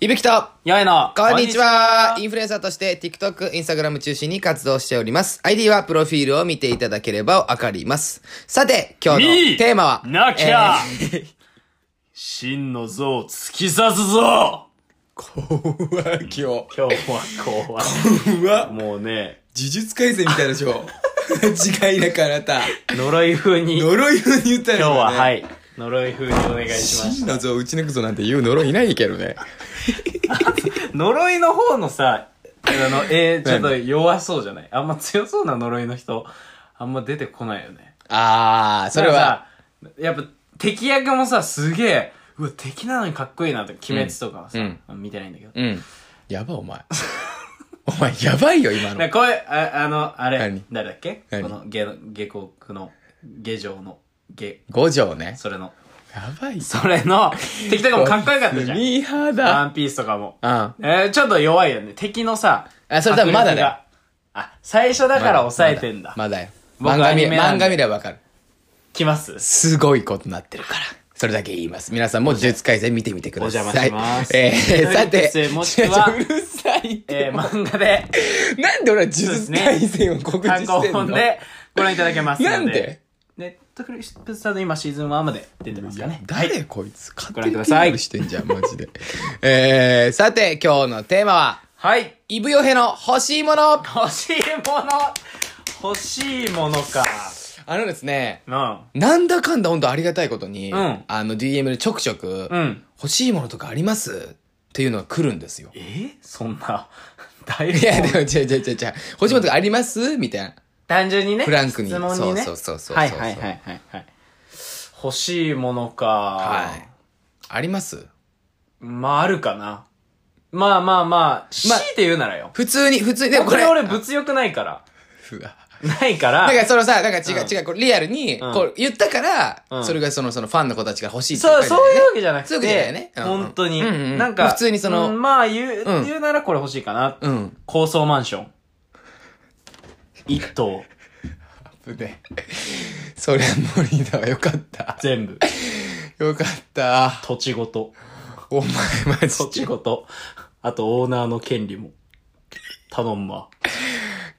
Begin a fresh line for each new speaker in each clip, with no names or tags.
いぶきと、
やいな。
こんにちは
こ
イ
んにち
ンフルエンサーとして TikTok、Instagram 中心に活動しております。ID はプロフィールを見ていただければわかります。さて、今日のテーマは、
みなきゃ
えー
真の像を突き刺すぞ
怖っ今日。
今日は怖
怖
い。
っ
もうね、
呪術改正みたいで しょ。違いなくあなた。
呪い風に、今
呪い風に言ったよ、。
日ははいい、呪い風にお願いしまし
真の像打ち抜くぞなんて言う呪いないけどね。
た。呪いの方のさ、あの、えー、ちょっと弱そうじゃないあんま強そうな呪いの人、あんま出てこないよね。
あー、それは、
なんかさ、やっぱ敵役もさ、すげえ、うわ、敵なのにかっこいいなって、鬼滅とかはさ、
うん
見てないんだけど。
うん。やば、お前。お前、やばいよ、今
な
の。
これ、ああの、あれ、
何
誰だっけこ
何
の、下、下国の、下城の、下、
五条ね。
それの。
やばい。
それ の、敵とかもかっこよかったじゃん。
ミーハー
ワ
だ。
ンピースとかも。
うん。
えー、ちょっと弱いよね。敵のさ、
あそれ多分まだだよ
迫力が。あ、最初だから抑えてんだ。
まだよ。
僕
漫画
ア
見
ニ
れ
メなん
漫
で
画見ればわかる。
来ま す
すごいことになってるから。それだけ言います。皆さんも呪術改善見てみてください。
お邪魔します
えー、さて。
呪術もしくは
違う違ううるさいって。
えー、漫画で、
なんで俺は呪術改善を告知
単
し
行
てんの
本でご覧いただけますので。
なんで
ネットフリックスさんの今シーズン1まで出てますかね。
誰こいつ勝手
ご覧
に
ください
PR してんじゃん、マジで。えー、さて、今日のテーマは、
はい。
イブヨヘの欲しいもの
欲しいもの欲しいものか。
あのですね、
うん。
なんだかんだ本当ありがたいことに、
うん
あの DM でちょくちょく、
うん
欲しいものとかありますっていうのが来るんですよ。
えーそんな、 だいぶ
いや、でも、違う違う違う違う。欲しいものとかありますみたいな。
単純にね。
フランクに
質問にね。
そうそうそうそうそう
はいはいはいはいはい。欲しいものか。
はい。あります
まああるかな。まあまあまあ、強いて言うならよ。
普通に、普通に、でも
こ
こ
れ
れ。
俺物欲ないから。
うわ
ないか
だ
ら
か。らそのさ、だから違う、
うん
違う、これリアルに、
うん
こう言ったから、
うん
それがその、そのファンの子たちが欲しいって
そう、そういうわ
う。
けじゃなくて。
そういうわけじゃないよねうんうん
本当に。
うんうん
なんか、
普通にその
うんまあ言う、
うん
言うならこれ欲しいかな。
うん。
高層マンション。一棟、
ね。それは無理だわ。よかった。
全部。
よかった。
土地ごと。
お前マ
土
ジ
地
で。
ごと。あとオーナーの権利も。頼んま。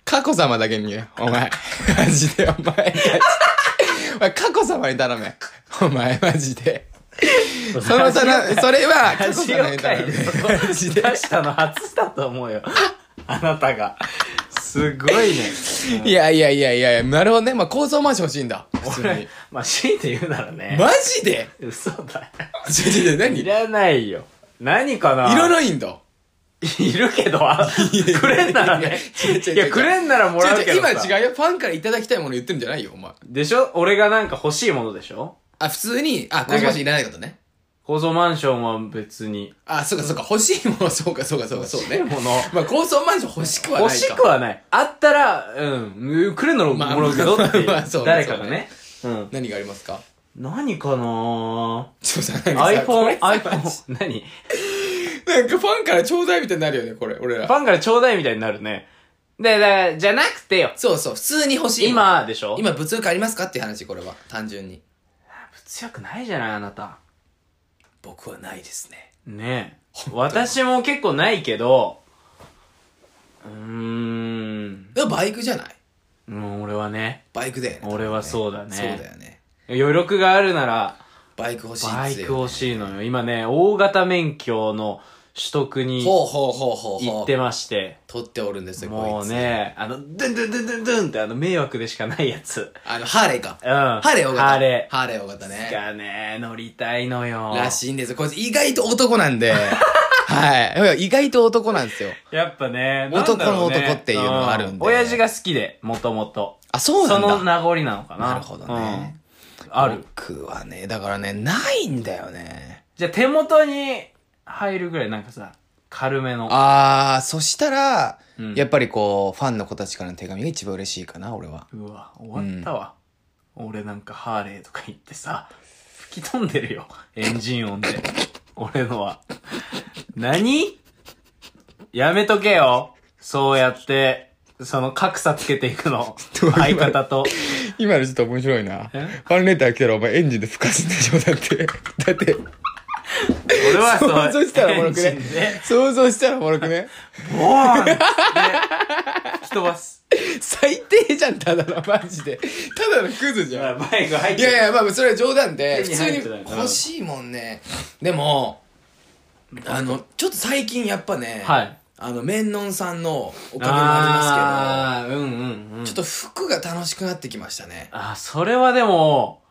佳子様だけにね、お前。 マジで、お前たち。お前、佳子様に頼め。お前、マジで。その、その、それは、
ラ
佳子
ジオ
様に
界
頼
で
め。
そ
マジで
こ出したの初だと思うよ。あなたが。すごいね。
いやいやいやいやいや、なるほどね。まあ、高層マンション欲しいんだ。普通に
俺。、まあ、強いて言うならね。
マジで
嘘だ
ちょちょちょ、何
よ。い
い
らないよ。何かな
ろいろいいんだ。
いるけど、あくれんならね。
いや違う違う違う
いや、くれんならも
ち
らう
ょ
け
ち
ど
ょ、
さ。
今違うよ。ファンからいただきたいもの言ってるんじゃないよ、お前。
でしょ俺がなんか欲しいものでしょ
あ、普通に、あ、高層マンションいらないことね。
高層マンションは別に。
あ、そうかそうか、欲しいもの、そうかそうかそうか、そうね。
欲しいもの
まあ、高層マンション欲しくはない
欲
か。
しくはない。あったら、うん、くれんならもらうけどっていう
まあまあまあそうね
誰かがね。うん。
何がありますか
何かな
ちょっとさ、なん かさこれ
iPhone、
さ
iPhone、何
なんかファンからちょうだいみたいになるよね、これ、俺
フ
ら。
ァンからちょうだいみたいになるね。で、でじゃなくてよ。
そうそう、普通に欲しい。、
今でしょ
今物欲ありますかっていう話、これは。単純に。
強くないじゃない、あなた。
僕はないですね。
ねえ。私も結構ないけど、うーん。
でもバイクじゃない
うん、俺はね、
バイクだよね。
俺はそうだね
そうだよね。
余力があるなら、
バイク欲しい
バ
ん
イ
です
ク
よ。
欲しいのよ。今ね、大型免許の取得に
ほうほうほうほう
行
ほ
って
う。
まして、
取っておるんですよ、
も
こいうつ。
ね、あの、ドゥンドゥンドゥンドゥンドゥンってあの迷惑でしかないやつ。
あの、ハーレーか。
うん。ハ
ハーレー尾形。
ハーレ
ハーレー尾形
ー。
ね。
がね、乗りたいのよ。
らしいんですよ。こいつ意外と男なんで。 はい。意外と男なんですよ。
やっぱね、
男の
なんだろうね
男っていうのがあるんで
う親父が好きで、もともと。
あ、そうなんだ。
の名残なのかな。
なるほどね
うん。ある。
僕はね、だからね、ないんだよね。
じゃあ手元に入るぐらいなんかさ、軽めの。
あー、そしたら、
うん
やっぱりこう、ファンの子たちからの手紙が一番嬉しいかな、俺は。
うわ、終わったわ。俺なんかハーレーとか言ってさ、吹き飛んでるよ。エンジン音で。俺のは。何やめとけよ。そうやって、その格差つけていくの。
どういうこと
相方と。
今のちょっと面白いな。フ
え
ァンレター来たらお前エンジンで吹かすんでしょだって。だって、
俺はそ
想像したらおもろく
エン
ね
ジンで。
想像したらおもろくね。
ボーンって吹き飛ばす。
最低じゃん、ただの、マジで。ただのクズじ
だか
ゃん
ら。バイク入っ
い
て
やいや、まあ、それは冗談で、
手
普
に
通
入
に
ってたようん
欲しいもんね。でも、あの、ちょっと最近やっぱね、
はい
あの、メンノンさんのおかげもあ
あー、うんうんうん
りますけど、ちょっと服が楽しくなってきましたね。
あー、それはでも、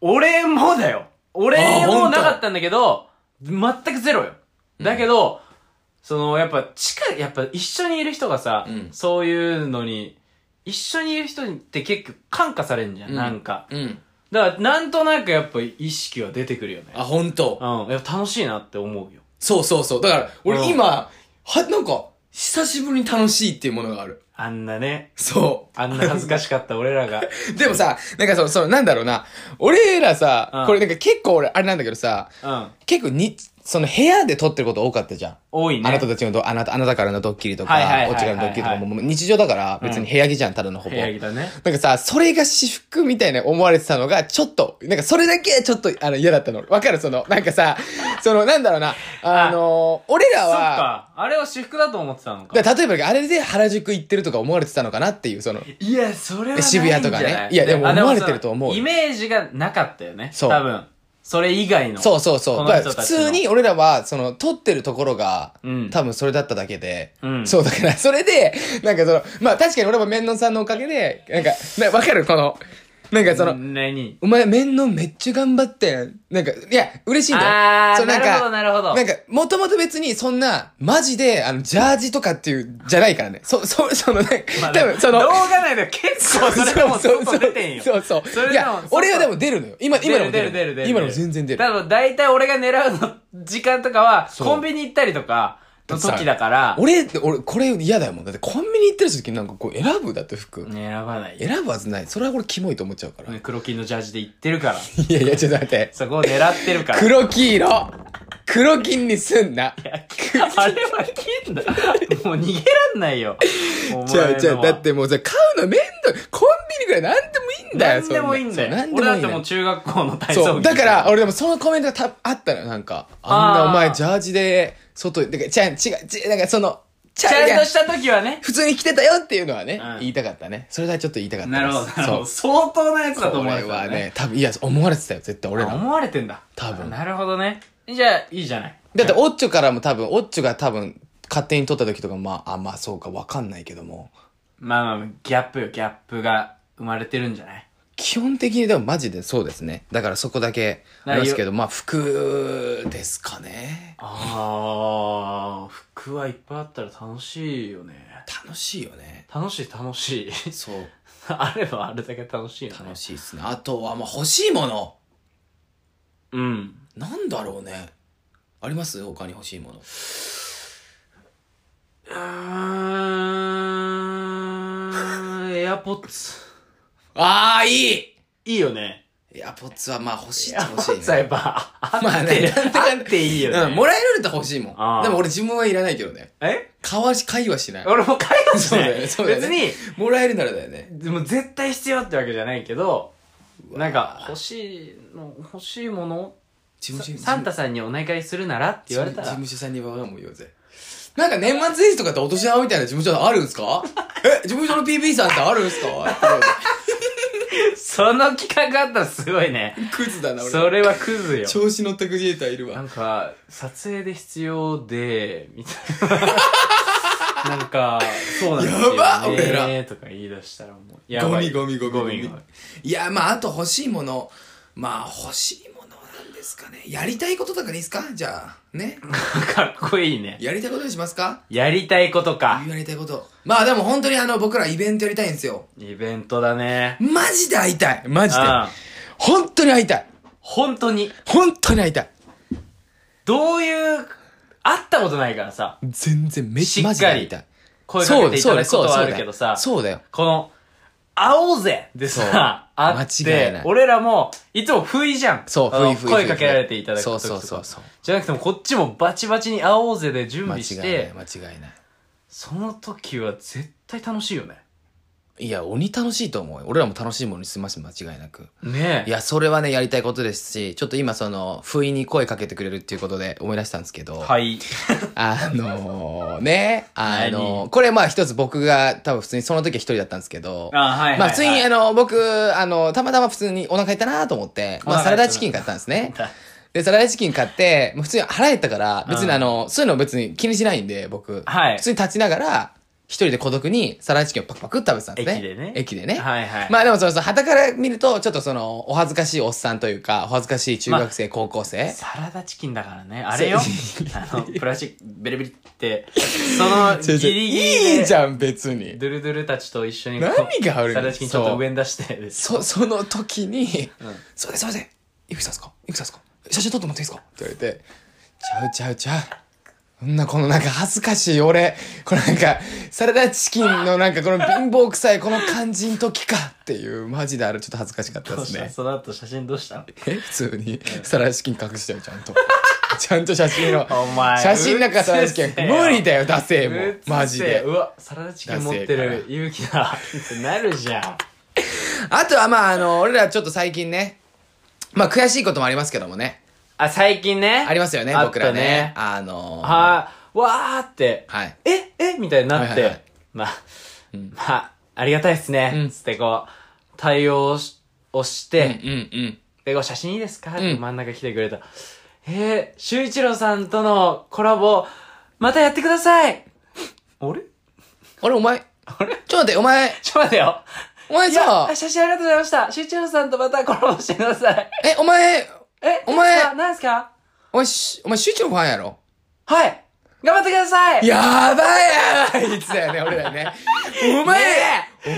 俺もだよ。俺
あーほ
も
んと
なかったんだけど、全くゼロよ。だけど、その、やっぱ、近い、やっぱ一緒にいる人がさ、
うん
そういうのに、一緒にいる人って結構感化されんじゃん、
うん
なんか。
うん。
だから、なんとなくやっぱ意識は出てくるよね。
あ、ほんと。
うん。やっぱ楽しいなって思うよ。
そうそうそう。だから、
う
俺
ん
今、は、なんか、久しぶりに楽しいっていうものがある。
あんなね、
そう。
あんな恥ずかしかった 俺らが。
でもさ、なんかその、その、なんだろうな。俺らさ、
うん
これなんか結構俺、あれなんだけどさ、
うん。
結構に、その部屋で撮ってること多かったじゃん。
多いね。
あなたたちのど、あなた、あなたからのドッキリとか、
はいはいはいはいはい
こっちからのドッキリとかも、もう日常だから別に部屋着じゃん、ただのほぼ。
部屋着
な
だね。
んかさ、それが私服みたいな思われてたのが、ちょっと、なんかそれだけちょっと、あの、嫌だったの。わかるその、なんかさ、その、なんだろうな、あの俺
そ
ら
っ
は、
か。あれは私服だと思ってたのか。
だから例えば、あれで原宿行ってるとか思われてたのかなっていう、その、
いや、それはないんじゃ
渋
ない
谷とかねいやでも
あ
思われ
そ
てると思うよ
イメージがなかったよね。
そう
多分。それ以外の。
そうそうそう。
この
だか
人
ら普
たちの
通に俺らは、その、撮ってるところが、
うん
多分それだっただけで、
うん
そうだから、それで、なんかその、まあ確かに俺もメンノンさんのおかげで、なんか、なわかるこの、なんかその、
何
お前メンノンめっちゃ頑張ってん。なんか、いや、嬉しいんだよ。
あ
そ
ー、
うな
なんるほど、
か、
なるほど。
なんか、もともと別にそんな、マジで、あの、ジャージとかっていう、じゃないからね。そ、そ、その、なんか
まあ、
多分その、
動画内で結構それでも外出てんよ。
そうそう
それでも
いや
外、
俺はでも出るのよ。今、今のも
出
出
る
る
出る出る。
今のも全然出る。
多分大体俺が狙うの時間とかは、
そう
コンビニ行ったりとかの時だから、
俺、俺、これ嫌だよもん。だってコンビニ行ってる時なんかこう選ぶだって服。
選ばないよ。
選ぶはずない。それは俺キモいと思っちゃうから。い
ね黒金のジャージで行ってるから。
やいや、ちょっと待って。
そこを狙ってるから。
黒黄色黒金にすんな。
あれは金だ。もう逃げらんない よ。
ちゃうちゃう。だってもうさ、買うのめんどい。コンビニぐらいなんでもいいんだよ、
何でもいいんだよ。
そんな
俺
そう
だ
な
っ
ん
て
で
も
もいういんだよ。
中学校の体操
そう。
着
だから、、俺でもそのコメントがたあったの、なんか。あんなお前ジャージで、外、だから、ちゃん、違う、ちなんかその、ち
ち
ゃう
ゃん
やん
とした時はね。
普通に着てたよっていうのはね、
うん
言いたかったね。それはちょっと言いたかったです
なるほど、なる
そ
ほ
う
ど。相当なやつだと
こ
思われ
れ
てた
は
ね。
ね、多分、いや、思われてたよ、絶対俺らも。
思われてんだ。
多分
なるほどね。じゃあ、いいじゃない。
だって、オッチョからも多分、オッチョが多分、勝手に撮った時とか、まあ、あ、まあそうか、わかんないけども、
まあまあ、ギャップよ、ギャップが生まれてるんじゃない
基本的にでもマジでそうですね。だからそこだけ、ありますけど、まあ、服ですかね。
ああ、服はいっぱいあったら楽しいよね。
楽しいよね。
楽しい、楽しい。
そう、
あればあれだけ楽しいよね
楽。しいっすね。あとは、まあ、欲しいもの。
うん。
なんだろうね。あります他に欲しいもの。
うーん、エアポッツ。
ああ、いい
いいよね。
エアポッツは、まあ、欲しい
エ
っちゃ
アポ
欲しい
ッ
ね
ツはやっぱ、あ
まあ
っ
ね
て、
なんだかん
あっていいよ
うん、
ね。
もらえるんだったら欲しいも
あー
ん。でも俺自分はいらないけどね。
え
買わし、買いはしない。
俺も買います
そうだよ
ね
ね。そうだよ
別
ね
に、
もらえるならだよね。
でも絶対必要ってわけじゃないけど、なんか、欲しいの、欲しいもの
事務所
サンタさんにお願いするならって言われた
事
ら、
務所さんにわがも言おうぜ。なんか年末年始とかってお年玉みたいな事務所あるんす かえ、事務所の PB さんってあるんすかって言われ
その企画あったらすごいね。
てクズだな、
そ
俺。
れはクズよ。
調子乗ったクリエイターいる
な
わ。
んか、撮影で必要で、みたい な。なんか、そうなんですよ、ね。
やば俺ら
とか言い出したらもう、や
ゴ
ば
ミ
い。
ゴミゴミゴミ
ゴミ。
いや、まあ、あと欲しいもの。まあ、欲しいものなんですかね。やりたいこととかでいいっすかじゃあ、ね。
かっこいいね。
やりたいことにしますか
やりたいことか。
やりたいこと。まあでも本当にあの、僕らイベントやりたいんですよ。
イベントだね。
マジで会いたいマジで
うん。
本当に会いたい
本当に。
本当に会いたい
どういう、会ったことないからさ、
全然めっ
しっかり
マジで会いたい。
声かけていただくことはある
だ
け
よ
どさ、
そうだよ。
この、会おうぜでさ、
そう
会っ
間違い
て
ない、
俺らも、いつも不意じゃん。
そう
あの
不意不意
声かけられていただく時とか。
そうそうそうそう
じゃなくても、こっちもバチバチに会おうぜで準
間違
備
い
し
ない、
て、
間違いない。
その時は絶対楽しいよね。
いや、鬼楽しいと思うよ。俺らも楽しいものに済ます間違いなく。
ねえ。
いや、それはね、やりたいことですし、ちょっと今、その、不意に声かけてくれるっていうことで思い出したんですけど、
はい。
あのー、ね、あのー、これまあ一つ僕が多分普通にその時は一人だったんですけど、
あはいはいはい
まあ普通にあの、僕、あの、たまたま普通にお腹減ったなと思って、ま
お
あサ
腹減ったな
ラダチキン買ったんですね。で、サラダチキン買って、もう普通に腹減ったから、別にあの、そういうの別に気にしないんで、僕。
はい
普通に立ちながら、一人で孤独にサラダチキンをパクパク食べてたんですね。
駅でね
駅でね。
はいはい
まあでもその、はたから見ると、ちょっとその、お恥ずかしいおっさんというか、お恥ずかしい中学生、高校生。
サラダチキンだからね。あれよ。
そ
あの、プラスチック、ベリベリって、そ の、
ちょちょ
ギリギリで。
いいじゃん、別に。
ドゥルドゥルたちと一緒にこう
何があるの
サラダチキンちょっと上に出して
そ、 その時に、
ん
それすいません、いくつですかいくつですか写真撮ってもらっていいですかって言われて、ちゃうちゃうちゃう。そんな、このなんか恥ずかしい俺、このなんか、サラダチキンのなんかこの貧乏臭いこの感じの時か っていう、マジであれちょっと恥ずかしかった
ど
で
う
す
した
ね。
その後写真どうしたの
え普通に、サラダチキン隠してよ、ちゃんと。 ちゃんと写真の
お、前
写真なんかサラダチキン、無理だよ、ダセえもん
う。つ
マジで
う。わサラダチキン持って
ダセえ
る勇気だってなるじゃん
あとはまあ、あの、俺らちょっと最近ね、まあ悔しいこともありますけどもね。
あ最近ね
ありますよね、
あっ
僕
た
らね。あのー、
はいわーって
はい
ええみたいになっ
はいはいは
て
い
まあまあありがたいっすねつってこう対応をしをして
うんうん。
で、ご写真いいですか、って真ん中来てくれた。えー、修一郎さんとのコラボ、またやってくださいあれ
あれ、お前、あれちょっと待って、お前、
ちょっと待ってよ。
お前
いや
さ、、
写真ありがとうございました。修一郎さんとまたコラボしてください。
え、お前、
え、
お前
何ですか
お前、しお前、集中ファンやろ
はい。頑張ってください
やばいやばいいつだよね、俺らね。お前、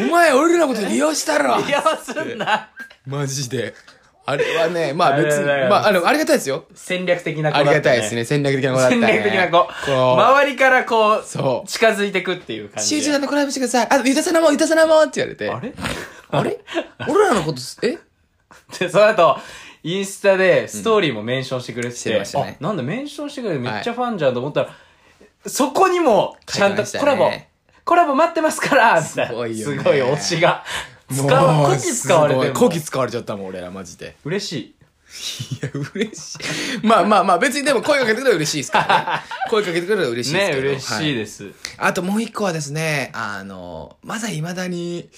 お前、俺らのこと利用したろ
いや、すんな。
マジで。あれはね、まあ別に、
あれだよ
まあ、あの、ありがたいですよ。
戦略的な子だ
あ
っ
り
た、ね。
がたいですね、戦略的な子だった
戦
ね。
略的な子。
こう
周りからこう、
そう
近づいてくっていう感じ。
集中さんとコラボしてください。あ、ゆたさなも、ゆたさなもって言われて。
あれ
あれ俺らのことす、え
で、その後、インスタでストーリーもメンションしてくれて
して
て、
ましたね
あ、なんだ、メンションしてくれてめっちゃファンじゃんと思ったら、そこにも、ち
書
ゃん
いて
と
ました
コラボ、
ね
コラボ待ってますからみた
すごいよね
すごい推しが。使わ、こき使われてる。
こき使われちゃったもん、俺ら、マジ で。
嬉しい。
いや、嬉しい。まあまあまあ、別にでも声かけてくれる嬉しいです からね。声かけてくれる嬉しいです
ね
け、ど。
嬉しい
は
です。
あともう一個はですね、あの、まだ未だに、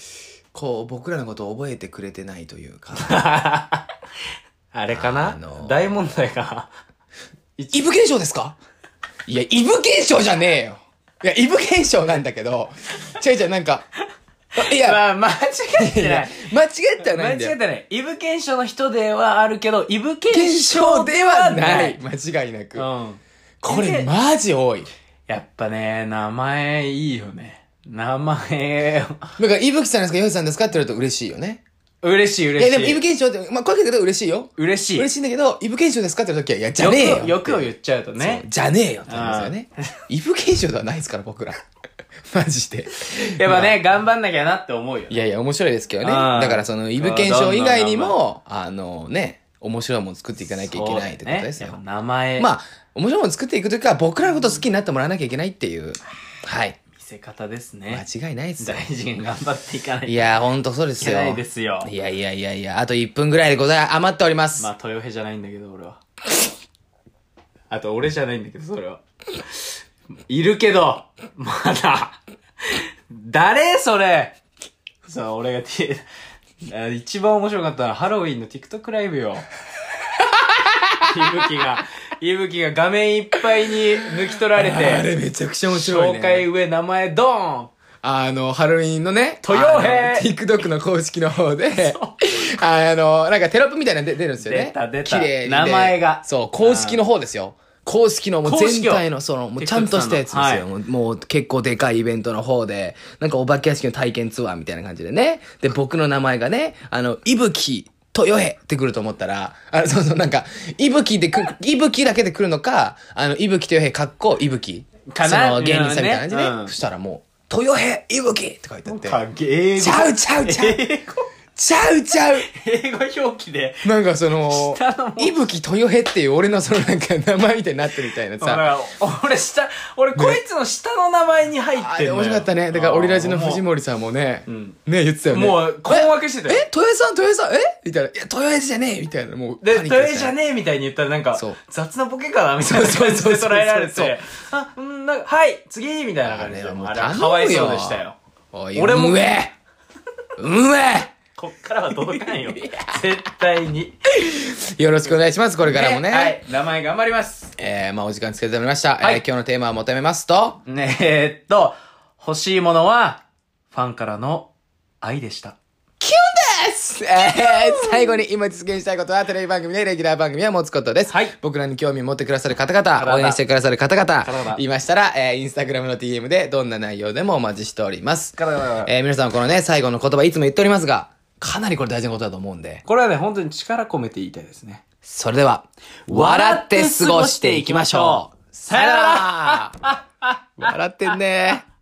こう、僕らのことを覚えてくれてないと いうか、
あれかな、
あの
大問題か
イブ現象ですかいや、イブ現象じゃねえよ。いや、イブ現象なんだけど、違う違う、なんか、あい
な。
や、
まあ、間違って
い
な
や
い。
間違っては
間
な
違
いん
っ
だ
て
よ。
ない。イブ検証の人ではあるけど、イブ検
現象
証
ではない。。間違いなく。
うん。
これマジ多い。
やっぱね、名前いいよね。名前、
だから、いぶきさんですか、よいさんですかって言われると嬉しいよね。
嬉しい
いや、
嬉しい。
でも、イブ検証って、まあ、声かけてくれたら嬉しいよ。
嬉しい。
嬉しいんだけど、イブ検証ですかって言った時は、いや、じゃねえよ。
欲を欲を言
っ
っちゃうと
てね
ね。。
じゃねえよって言うんですよね。イブ検証ではないですから、僕ら。 マジで。
やっぱね、頑張んなきゃなって思うよ
い。やいや、面白いですけどね。
うん
だから、その、イブ検証以外にも、あのね、面白いもの作っていかなきゃいけないってことです
そうだねやっ
よ。
ぱ名前、
まあ、面白いもの作っていくというか、僕らのこと好きになってもらわなきゃいけないっていう。はい。
見せ方ですね。
間違いないですよ
大。事に頑張っていかない
いや、ほんとそうで
とい
す
け
よ。
ないですよ。
いやいやいやいや、あと1分ぐらいでござい、余っております。
まあ、豊平じゃないんだけど、俺は。あと、俺じゃないんだけど、それは。いるけど、まだ。誰それそう、俺が T、あ一番面白かったのはハロウィンの TikTok ライブよ。いぶきが、いぶきが画面いっぱいに抜き取られ
あ
て、
れめちゃくちゃ面白い、ね。
紹介上名前ドーン
あの、ハロウィンのね、
豊
あの
平
TikTok の公式の方 で、あの、なんかテロップみたいなの出出るんですよね。
出た出た
綺麗にね
名前が
そう、公式の方ですよ。公式のもう
公式
全
よ
体の、その、もうちゃんとしたやつですよ。
TikTok
もうもう結構でかいイベントの方で、なんかお化け屋敷の体験ツアーみたいな感じでね。で、僕の名前がね、あの、いぶき、とよへってくると思ったら、あそうそう、なんか、いぶきでく、いぶきだけでくるのか、あの、いぶきとよへかっこ、いぶき。
かな
その芸人さんみたいな感じで、
うん
そしたらもう、豊平いぶきって書いてあって。
英語
ちゃうちゃうちゃう。
英語
ちゃうちゃう
英語表記で、
なんかその
下の、文字
いぶきとよへっていう俺のそのなんか名前みたいになってるみたいな
だか
さ。
ら、俺下、俺こいつの下の名前に入っ
あ
て
れ
んのよ
面白かったね。だから、オリラジの藤
も
森さんもね、
ん
ね、言ってたよ
う
ね。
もう困惑してたよ。
え豊江さん豊江さんえみたいな。いや、豊江じゃねえみたいな。もう、
で、
パニック
豊
で
江
し
じ
た
ゃねえみたいに言ったらなんか
そう、
雑なボケかなみたいな感じ
そうそう
で
そうそう
捉えられ
そう
て、あ、うん、なんか、はい、次みたいな感じ
あれ
で、
はもう
あれ
頼
は
むよ
かわいそうでしたよ。
おい、俺
俺も
も。うめえうめ
こっからは届かんよ。絶対に。
えよろしくお願いします、これからもね。
はい、名前頑張ります。
えー、まあお時間つけてまいりました。
は
えー
い
今日のテーマを求めますと、
ねえっと、欲しいものは、ファンからの愛でした。
キュンですえー、最後に今実現したいことはテレビ番組でレギュラー番組を持つことです。
はい
僕らに興味を持ってくださる方々、
々
応援してくださる方
々
々、いましたら、えー、インスタグラムの DM でどんな内容でもお待ちしております。えー、皆さんこのね、最後の言葉いつも言っておりますが、かなりこれ大事なことだと思うんで、
これはね、本当に力込めて言いたいですね。
それでは、笑って過ごしていきましょうさよなら笑ってんねー。